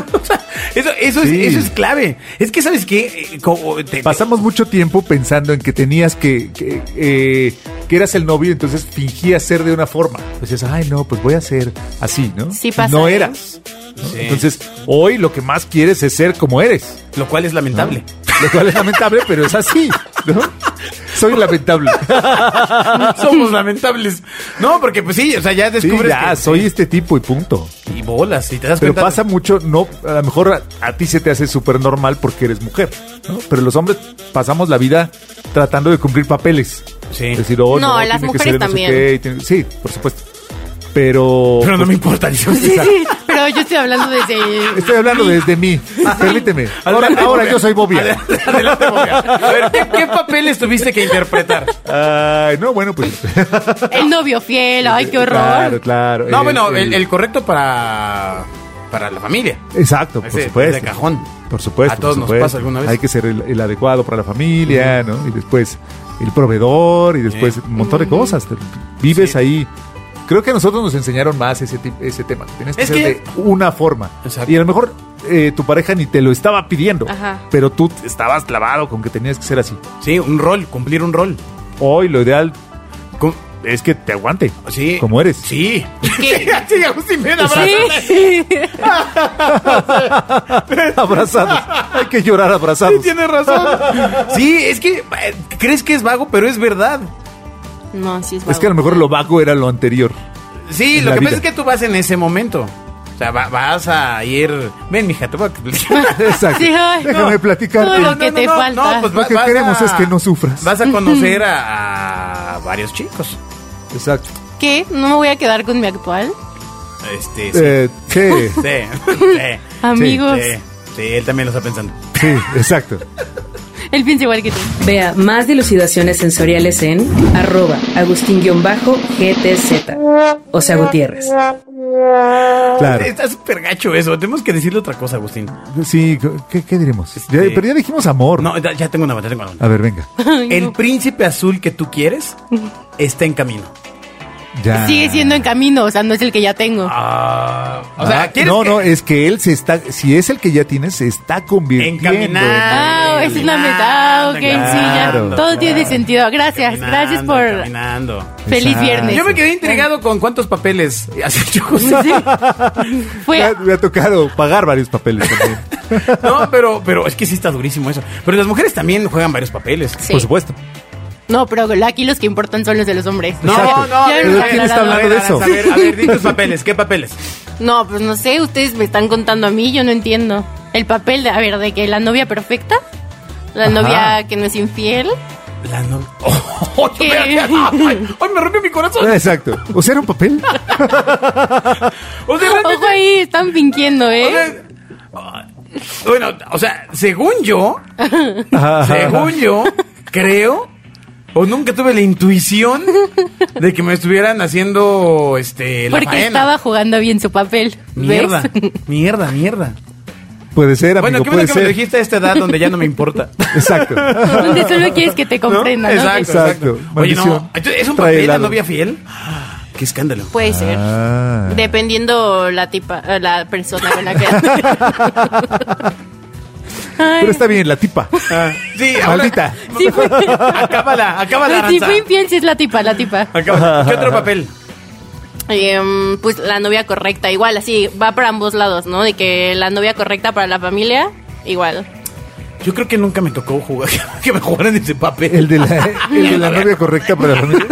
Speaker 2: eso, eso,
Speaker 3: Sí.
Speaker 2: es, eso es clave. Es que, ¿sabes qué? Eh, como, te- te-
Speaker 3: Pasamos mucho tiempo pensando en que tenías que. Que, eh, que eras el novio, entonces fingías ser de una forma. Entonces, ay, no, pues voy a ser así, ¿no?
Speaker 4: Sí pasa,
Speaker 3: No
Speaker 4: ¿eh?
Speaker 3: eras. ¿no?
Speaker 2: Sí.
Speaker 3: Entonces, hoy lo que más quieres
Speaker 2: eh,
Speaker 3: es ser como eres.
Speaker 2: Lo cual es lamentable.
Speaker 3: Lo cual es lamentable, pero es así, ¿no? Soy lamentable.
Speaker 2: Somos lamentables. No, porque pues sí, o sea, ya
Speaker 3: Ah. Sí,
Speaker 2: descubres
Speaker 3: ya,
Speaker 2: que-
Speaker 3: soy este tipo y punto.
Speaker 2: y bolas, y te das
Speaker 3: Pero
Speaker 2: cuenta.
Speaker 3: pasa mucho, no, a lo mejor a, a ti se te hace súper normal porque eres mujer, ¿no? Pero los hombres pasamos la vida tratando de cumplir papeles.
Speaker 2: Sí.
Speaker 3: Decir, oh,
Speaker 4: No,
Speaker 3: no,
Speaker 4: las
Speaker 3: tiene que
Speaker 4: mujeres
Speaker 3: ser no sé
Speaker 4: también.
Speaker 3: qué, y tiene- sí, por supuesto. Pero, pues,
Speaker 2: Pero no me importa, yo-
Speaker 4: Sí, sí, pero yo estoy hablando desde...
Speaker 3: estoy hablando desde mí.
Speaker 2: Ah,
Speaker 3: Permíteme. Ahora,
Speaker 2: Adelante,
Speaker 3: ahora
Speaker 2: Bobia.
Speaker 3: yo soy Bobia.
Speaker 2: Adelante, adelante, Bobia. A ver, ¿qué, qué papeles tuviste que interpretar?
Speaker 3: Ay, no, bueno, pues.
Speaker 4: El novio fiel, ay, qué horror.
Speaker 3: Claro, claro.
Speaker 2: No,
Speaker 3: Eh,
Speaker 2: bueno, el, el correcto para, para la familia.
Speaker 3: Exacto, por
Speaker 2: Ese,
Speaker 3: supuesto.
Speaker 2: de cajón.
Speaker 3: Por supuesto.
Speaker 2: A todos
Speaker 3: por
Speaker 2: nos
Speaker 3: supuesto.
Speaker 2: pasa alguna vez.
Speaker 3: Hay que ser el, el adecuado para la familia, ¿no? Y después el proveedor y después un montón de cosas. Te- Vives
Speaker 2: Sí.
Speaker 3: ahí. Creo que a nosotros nos enseñaron más ese, tip- ese tema. Tienes que
Speaker 2: Es
Speaker 3: ser
Speaker 2: que-
Speaker 3: de una forma.
Speaker 2: Exacto.
Speaker 3: Y a lo mejor eh, tu pareja ni te lo estaba pidiendo,
Speaker 4: Ajá.
Speaker 3: pero tú estabas clavado con que tenías que ser así.
Speaker 2: Sí, un rol, cumplir un rol.
Speaker 3: Hoy lo ideal
Speaker 2: Cum-
Speaker 3: es que te aguante.
Speaker 2: Sí.
Speaker 3: Como eres.
Speaker 2: Sí.
Speaker 4: ¿Qué?
Speaker 2: Sí, Agustín, ven, abrázame.
Speaker 4: Sí.
Speaker 3: Abrazados. Hay que llorar abrazados.
Speaker 2: Sí, tienes razón. Sí, es que eh, crees que es vago, pero es verdad.
Speaker 4: No, sí es
Speaker 3: Es que a lo
Speaker 4: vago.
Speaker 3: mejor lo vago era lo anterior.
Speaker 2: Sí,
Speaker 3: En
Speaker 2: lo
Speaker 3: la
Speaker 2: que
Speaker 3: vida.
Speaker 2: pasa es que tú vas en ese momento. O sea, va- vas a ir. Ven, mija, te voy a.
Speaker 3: Exacto.
Speaker 4: Sí, ay,
Speaker 3: Déjame
Speaker 4: no.
Speaker 3: platicarte.
Speaker 4: Todo lo que te falta.
Speaker 3: Lo que
Speaker 2: pues vas
Speaker 3: queremos es que no sufras.
Speaker 2: Vas a conocer a, a varios chicos.
Speaker 3: Exacto.
Speaker 4: ¿Qué? ¿No me voy a quedar con mi actual?
Speaker 2: Este, sí.
Speaker 3: Eh, sí,
Speaker 2: Sí, sí,
Speaker 4: Amigos,
Speaker 2: sí, sí, él también lo está pensando.
Speaker 3: sí, exacto.
Speaker 4: él piensa igual que tú.
Speaker 1: Vea más dilucidaciones sensoriales en arroba agustín-gtz. O sea, Gutiérrez.
Speaker 3: Claro.
Speaker 2: Está súper gacho eso. Tenemos que decirle otra cosa, Agustín.
Speaker 3: Sí, ¿qué, qué diremos?
Speaker 2: Este-
Speaker 3: Ya- pero ya dijimos amor.
Speaker 2: No, ya, ya tengo una, ya tengo una.
Speaker 3: A ver, venga.
Speaker 2: El príncipe azul que tú quieres está en camino.
Speaker 3: Ya.
Speaker 4: Sigue siendo en camino, o sea, no es el que ya tengo.
Speaker 2: Ah, o sea,
Speaker 3: Ah,
Speaker 2: ¿quieres
Speaker 3: no,
Speaker 2: que-
Speaker 3: no, es que él se está, si es el que ya tienes, se está convirtiendo. en-
Speaker 2: Encaminando.
Speaker 4: Ah, es una meta. Ah, ok, sí, ya.
Speaker 3: Claro.
Speaker 4: Todo tiene sentido. Gracias, gracias por.
Speaker 2: Caminando.
Speaker 4: Feliz
Speaker 3: Exacto.
Speaker 4: viernes.
Speaker 2: Yo me quedé intrigado con cuántos papeles has hecho Agustín.
Speaker 4: Fue.
Speaker 3: Me ha, me ha tocado pagar varios papeles también.
Speaker 2: No, pero, pero es que sí está durísimo eso. Pero las mujeres también juegan varios papeles.
Speaker 4: Sí.
Speaker 3: Por supuesto.
Speaker 4: No, pero aquí los que importan son los de los hombres.
Speaker 2: No,
Speaker 3: Exacto.
Speaker 2: no,
Speaker 4: Ya
Speaker 3: pero
Speaker 4: hemos
Speaker 3: ¿quién está
Speaker 4: aclarado.
Speaker 3: hablando de eso?
Speaker 2: A ver, a ver, di tus papeles. ¿Qué papeles?
Speaker 4: No, pues no sé, ustedes me están contando a mí, yo no entiendo. El papel de, a ver, de que la novia perfecta, la
Speaker 3: Ajá.
Speaker 4: novia que no es infiel.
Speaker 2: La no... Oh,
Speaker 4: ¿Qué?
Speaker 2: espérate. Ay, ay, me rompió mi corazón.
Speaker 3: Exacto. O sea, era un papel.
Speaker 2: O sea,
Speaker 4: Ojo
Speaker 2: realmente-
Speaker 4: ahí, están fingiendo,
Speaker 2: o
Speaker 4: ¿eh?
Speaker 2: sea, ah, bueno, o sea, según yo,
Speaker 3: Ajá.
Speaker 2: según yo, creo o nunca tuve la intuición de que me estuvieran haciendo este la
Speaker 4: Porque
Speaker 2: faena.
Speaker 4: estaba jugando bien su papel.
Speaker 2: mierda,
Speaker 4: ¿Ves?
Speaker 2: mierda, mierda.
Speaker 3: Puede ser, amigo,
Speaker 2: bueno, qué bueno
Speaker 3: puede
Speaker 2: que me lo
Speaker 3: ser.
Speaker 2: dijiste a esta edad donde ya no me importa.
Speaker 3: Exacto.
Speaker 4: Donde solo quieres que te comprendan, ¿no?
Speaker 2: Exacto, exacto.
Speaker 3: Exacto.
Speaker 2: Oye, no,
Speaker 3: Maldición.
Speaker 2: entonces, ¿es un
Speaker 3: Trae
Speaker 2: papel la
Speaker 3: helado.
Speaker 2: novia fiel? Ah, Qué escándalo.
Speaker 4: Puede ser.
Speaker 3: Ah.
Speaker 4: Dependiendo la tipa, eh, la persona con la que. Ay,
Speaker 3: Pero está bien, la tipa.
Speaker 2: Ah, Sí,
Speaker 3: Maldita.
Speaker 4: sí fue-
Speaker 2: Acábala, acábala,
Speaker 4: sí
Speaker 2: Aranza.
Speaker 4: fue infiel, sí es la tipa, la tipa.
Speaker 2: Acábala. ¿Qué otro papel?
Speaker 4: Em, pues la novia correcta, igual, así va para ambos lados, ¿no? De que la novia correcta para la familia, igual.
Speaker 2: Yo creo que nunca me tocó jugar, que me jugaran ese papel.
Speaker 3: El de la, el de la novia correcta para la familia.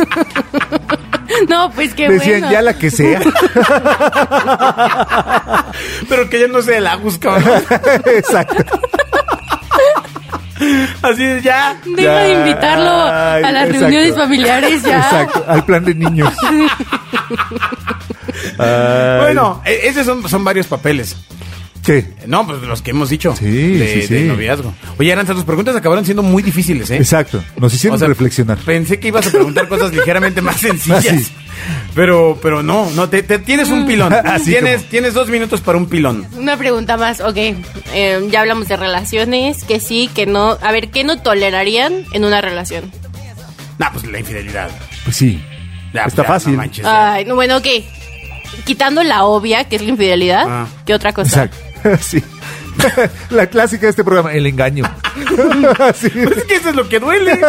Speaker 4: No, pues qué
Speaker 3: Decían,
Speaker 4: bueno.
Speaker 3: ya la que sea.
Speaker 2: Pero que ya no sea el Agus, cabrón.
Speaker 3: Exacto.
Speaker 2: Así es, ya.
Speaker 4: Deja de
Speaker 3: Ya,
Speaker 4: invitarlo a las
Speaker 3: exacto.
Speaker 4: reuniones familiares ya.
Speaker 3: Exacto, al plan de niños. Ay,
Speaker 2: Bueno, e- esos son, son varios papeles.
Speaker 3: ¿qué?
Speaker 2: No, pues los que hemos dicho.
Speaker 3: Sí,
Speaker 2: de,
Speaker 3: sí, sí.
Speaker 2: de noviazgo. Oye, Aranza, tus preguntas acabaron siendo muy difíciles, ¿eh?
Speaker 3: Exacto, nos hicieron
Speaker 2: O sea,
Speaker 3: reflexionar.
Speaker 2: Pensé que ibas a preguntar cosas ligeramente más sencillas.
Speaker 3: Ah, sí.
Speaker 2: Pero, pero no, no, te, te- tienes un pilón.
Speaker 3: Así
Speaker 2: tienes,
Speaker 3: como.
Speaker 2: tienes dos minutos para un pilón.
Speaker 4: Una pregunta más, ok. em, ya hablamos de relaciones, que sí, que no. A ver, ¿qué no tolerarían en una relación?
Speaker 2: Nah, pues la infidelidad.
Speaker 3: Pues sí.
Speaker 2: Ya,
Speaker 3: Está
Speaker 2: ya,
Speaker 3: fácil.
Speaker 2: no manches, ya.
Speaker 4: Ay, no, bueno, ok. Quitando la obvia, que es la infidelidad,
Speaker 2: Ah.
Speaker 4: ¿qué otra cosa?
Speaker 3: Exacto. Sí. La clásica de este programa, el engaño. Sí.
Speaker 2: Pues es que eso es lo que duele.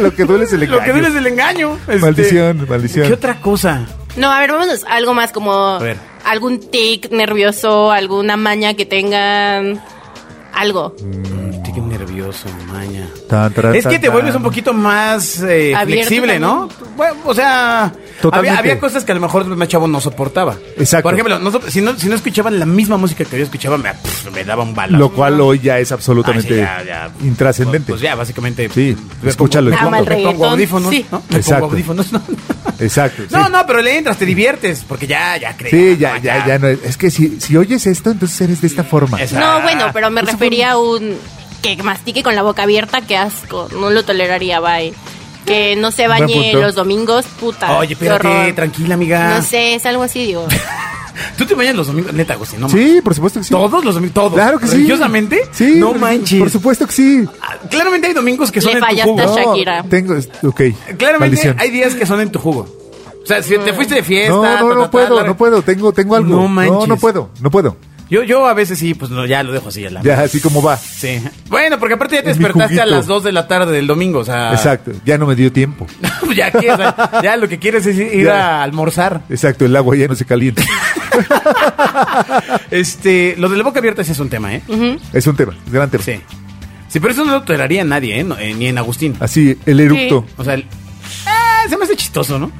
Speaker 3: Lo que duele es el engaño.
Speaker 2: Lo que duele es el engaño. Este,
Speaker 3: Maldición, maldición.
Speaker 2: ¿Qué otra cosa?
Speaker 4: No, a ver, vámonos a algo más como
Speaker 2: ver.
Speaker 4: algún tic nervioso, alguna maña que tengan, algo.
Speaker 2: Estoy Mm, nervioso. su maña.
Speaker 3: Tan, taran,
Speaker 2: es que
Speaker 3: tan,
Speaker 2: te vuelves
Speaker 3: tan.
Speaker 2: un poquito más eh,
Speaker 4: Abierto
Speaker 2: flexible, ¿no? Bueno, o sea, había,
Speaker 3: Totalmente.
Speaker 2: había cosas que a lo mejor el más chavo no soportaba.
Speaker 3: Exacto.
Speaker 2: Por ejemplo, no sop- si, no, si no escuchaban la misma música que yo escuchaba, me, pff, me daba un balazo.
Speaker 3: Lo cual hoy ya es absolutamente
Speaker 2: Ah, sí, ya, ya.
Speaker 3: intrascendente.
Speaker 2: Pues ya, básicamente.
Speaker 3: Sí,
Speaker 2: me
Speaker 3: escúchalo,
Speaker 2: pongo-
Speaker 4: Ama el
Speaker 2: me pongo
Speaker 4: reggaetón,
Speaker 2: audífonos,
Speaker 4: sí.
Speaker 2: ¿no? Me pongo
Speaker 3: Exacto.
Speaker 2: audífonos, ¿no?
Speaker 3: Exacto. sí.
Speaker 2: No, no, pero le entras, te diviertes, porque ya, ya crees.
Speaker 3: Sí, ya, ya, ya no es. Es que si, si oyes esto, entonces eres de esta forma.
Speaker 2: Exacto.
Speaker 4: No, bueno, pero me
Speaker 3: Eso fue-
Speaker 4: refería a un que mastique con la boca abierta, qué asco, no lo toleraría, bye. Que no se
Speaker 3: Buen
Speaker 4: bañe
Speaker 3: punto.
Speaker 4: los domingos, puta.
Speaker 2: Ah. Oye,
Speaker 4: qué
Speaker 2: espérate,
Speaker 4: horror.
Speaker 2: tranquila, amiga.
Speaker 4: No sé, es algo así, digo.
Speaker 2: Tú te bañas los domingos, neta, José, no
Speaker 3: Sí, por supuesto que sí.
Speaker 2: Todos los domingos, todos.
Speaker 3: Claro que sí.
Speaker 2: ¿Religiosamente?
Speaker 3: Sí.
Speaker 2: No
Speaker 3: por-
Speaker 2: manches.
Speaker 3: Por supuesto que sí.
Speaker 2: Ah, Claramente hay domingos que son
Speaker 4: Le
Speaker 2: en tu
Speaker 4: fallaste
Speaker 2: jugo.
Speaker 4: a Shakira.
Speaker 3: Tengo, ok.
Speaker 2: Claramente
Speaker 3: Maldición.
Speaker 2: hay días que son en tu jugo. O sea,
Speaker 4: Mm.
Speaker 2: si te fuiste de fiesta.
Speaker 3: No,
Speaker 2: ta,
Speaker 3: no,
Speaker 2: ta,
Speaker 3: no
Speaker 2: ta,
Speaker 3: puedo,
Speaker 2: la-
Speaker 3: no puedo, tengo, tengo algo.
Speaker 2: No
Speaker 3: No, no,
Speaker 2: manches.
Speaker 3: puedo, no puedo.
Speaker 2: Yo, yo a veces sí, pues lo- ya lo dejo así a la
Speaker 3: Ya, así como va.
Speaker 2: Sí. Bueno, porque aparte ya te
Speaker 3: Es mi
Speaker 2: despertaste a
Speaker 3: juguito.
Speaker 2: las 2 de la tarde del domingo, o sea.
Speaker 3: Exacto, ya no me dio tiempo.
Speaker 2: ya, que, o sea, ya lo que quieres es ir
Speaker 3: Ya.
Speaker 2: a almorzar.
Speaker 3: Exacto, el agua ya no se calienta.
Speaker 2: Este, lo de la boca abierta sí es un tema, ¿eh?
Speaker 3: es un tema, es gran tema.
Speaker 2: Sí. Sí, pero eso no lo toleraría nadie, ¿eh? No, eh, ni en Agustín.
Speaker 3: Así, el eructo.
Speaker 2: O sea, el- Ah, se me hace chistoso, ¿no?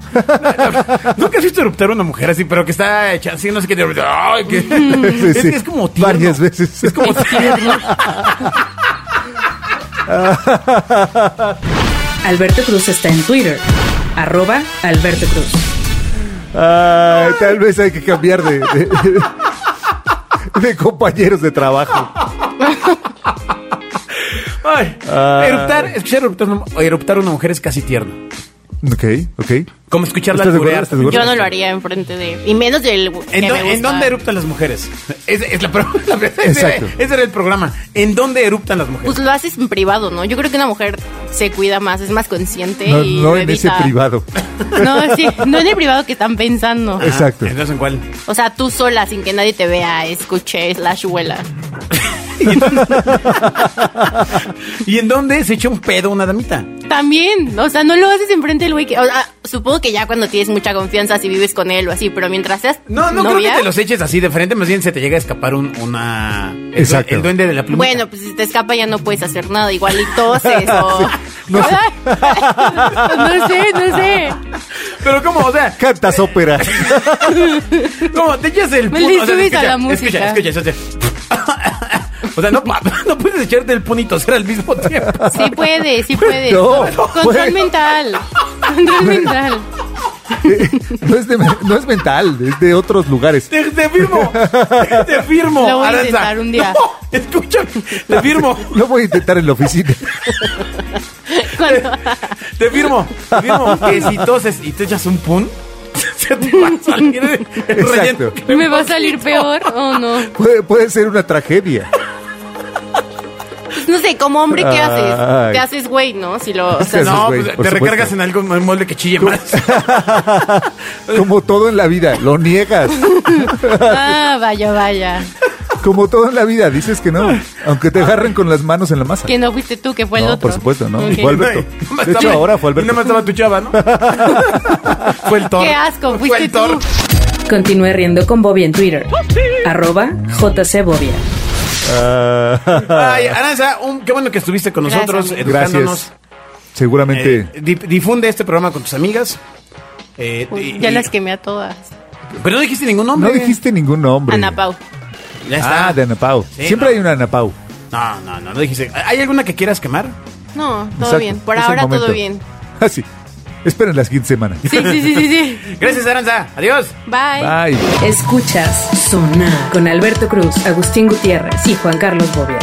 Speaker 2: Nunca has visto eruptar a una mujer así, pero que está hecha así, no sé qué. de- Ay, que-
Speaker 3: Sí,
Speaker 2: Es,
Speaker 3: sí.
Speaker 2: es como tierno.
Speaker 3: Varias veces.
Speaker 2: Es como tierno.
Speaker 1: Alberto Cruz está en Twitter. Arroba Alberto Cruz.
Speaker 3: Ay, tal vez hay que cambiar de, de- de compañeros de trabajo.
Speaker 2: Ay,
Speaker 3: Ah.
Speaker 2: eruptar, escuchar eruptar, una- eruptar a una mujer es casi tierno.
Speaker 3: Ok, ok.
Speaker 2: Como escucharla
Speaker 3: ¿Estás de acuerdo?
Speaker 2: alburear.
Speaker 3: ¿Estás de acuerdo?
Speaker 4: Yo no lo haría enfrente de. Y menos del. que
Speaker 2: ¿En,
Speaker 4: me
Speaker 2: dó-
Speaker 4: gusta.
Speaker 2: en dónde eruptan las mujeres? Es, es la, pro- la- ese,
Speaker 3: Exacto.
Speaker 2: era, ese era el programa. ¿En dónde eruptan las mujeres?
Speaker 4: Pues lo haces en privado, ¿no? Yo creo que una mujer se cuida más, es más consciente
Speaker 3: No,
Speaker 4: y.
Speaker 3: no
Speaker 4: lo
Speaker 3: en ese
Speaker 4: evita.
Speaker 3: privado.
Speaker 4: No, sí, no en el privado que están pensando.
Speaker 3: Es- Pues, exacto.
Speaker 2: Ah, Entonces, ¿en cuál?
Speaker 4: O sea, tú sola, sin que nadie te vea, escuche, slash huela.
Speaker 2: ¿Y en dónde se echa un pedo una damita?
Speaker 4: También, o sea, no lo haces enfrente del güey que. o sea, supongo que ya cuando tienes mucha confianza, si vives con él o así, pero mientras seas.
Speaker 2: No, no creo
Speaker 4: novia,
Speaker 2: que te los eches así de frente, más bien se te llega a escapar un, una... el due-
Speaker 3: Exacto.
Speaker 2: El, duende de la pluma.
Speaker 4: Bueno, pues si te escapa ya no puedes hacer nada, igual y toses o.
Speaker 3: no sé.
Speaker 4: no sé, no sé.
Speaker 2: Pero ¿cómo? O sea,
Speaker 3: Cantas ópera.
Speaker 2: ¿cómo? Te echas el...
Speaker 4: Me
Speaker 2: pun-
Speaker 4: le
Speaker 2: o sea,
Speaker 4: subes
Speaker 2: escucha,
Speaker 4: a la
Speaker 2: Escucha,
Speaker 4: música.
Speaker 2: escucha, escucha. O sea, no, pa- no puedes echarte el pun y toser al mismo tiempo.
Speaker 4: Sí puede, sí puede.
Speaker 3: No,
Speaker 4: Control
Speaker 3: bueno.
Speaker 4: mental. Control mental.
Speaker 3: No es, de- no es mental, es de otros lugares.
Speaker 2: Te, te firmo. Te, te firmo.
Speaker 4: Lo voy a
Speaker 2: Aranza.
Speaker 4: intentar un día.
Speaker 2: No, escúchame. Te firmo.
Speaker 3: Lo voy a intentar en la oficina.
Speaker 4: Cuando-
Speaker 2: Te firmo. Te firmo. Que si toses y te echas un pun, se te va a salir el relleno.
Speaker 4: me va a salir peor o no.
Speaker 3: Puede, puede ser una tragedia.
Speaker 4: Pues no sé, como hombre, ¿qué haces?
Speaker 3: Ay.
Speaker 4: Te haces güey, ¿no? Si lo. o
Speaker 3: Eso
Speaker 4: sea,
Speaker 3: es,
Speaker 2: No,
Speaker 3: güey,
Speaker 2: pues, te
Speaker 3: por supuesto.
Speaker 2: recargas en algo en mueble que chille más.
Speaker 3: Como todo en la vida, lo niegas.
Speaker 4: ah, vaya, vaya.
Speaker 3: Como todo en la vida, dices que no. Aunque te agarren con las manos en la masa.
Speaker 4: Que no fuiste tú, que fue el
Speaker 3: No,
Speaker 4: otro.
Speaker 3: por supuesto, no.
Speaker 4: Ok.
Speaker 3: Fue Alberto.
Speaker 2: Nada más
Speaker 3: De hecho,
Speaker 2: estaba-
Speaker 3: ahora fue Alberto.
Speaker 2: Y nada más estaba tu chava, ¿no? fue el Thor.
Speaker 4: Qué asco,
Speaker 2: Fue
Speaker 4: fuiste
Speaker 2: el Thor.
Speaker 4: tú.
Speaker 1: Continúe riendo con Bobby en Twitter. Arroba JC Bobia.
Speaker 3: Ah,
Speaker 2: Ay, Aranza, un- qué bueno que estuviste con
Speaker 4: Gracias,
Speaker 2: nosotros,
Speaker 4: amigo.
Speaker 2: educándonos.
Speaker 3: gracias. Seguramente.
Speaker 2: Eh, di- difunde este programa con tus amigas. Eh,
Speaker 4: Uy,
Speaker 2: y-
Speaker 4: ya
Speaker 2: y-
Speaker 4: las quemé a todas.
Speaker 2: Pero no dijiste ningún nombre.
Speaker 3: no dijiste ningún nombre.
Speaker 4: Ana Pau.
Speaker 2: Ya está.
Speaker 3: Ah, de Ana Pau.
Speaker 2: Sí,
Speaker 3: Siempre
Speaker 2: no.
Speaker 3: hay una Ana Pau.
Speaker 2: No, no, no, no dijiste. ¿Hay alguna que quieras quemar?
Speaker 4: No, todo
Speaker 3: Exacto,
Speaker 4: bien. Por
Speaker 3: es el
Speaker 4: ahora todo
Speaker 3: momento.
Speaker 4: bien.
Speaker 3: Ah, sí. Esperen la siguiente semana.
Speaker 4: Sí, sí, sí, sí, sí.
Speaker 2: Gracias, Aranza. Adiós.
Speaker 4: Bye.
Speaker 3: Bye.
Speaker 1: Escuchas Sonar con Alberto Cruz, Agustín Gutiérrez y Juan Carlos Bobia.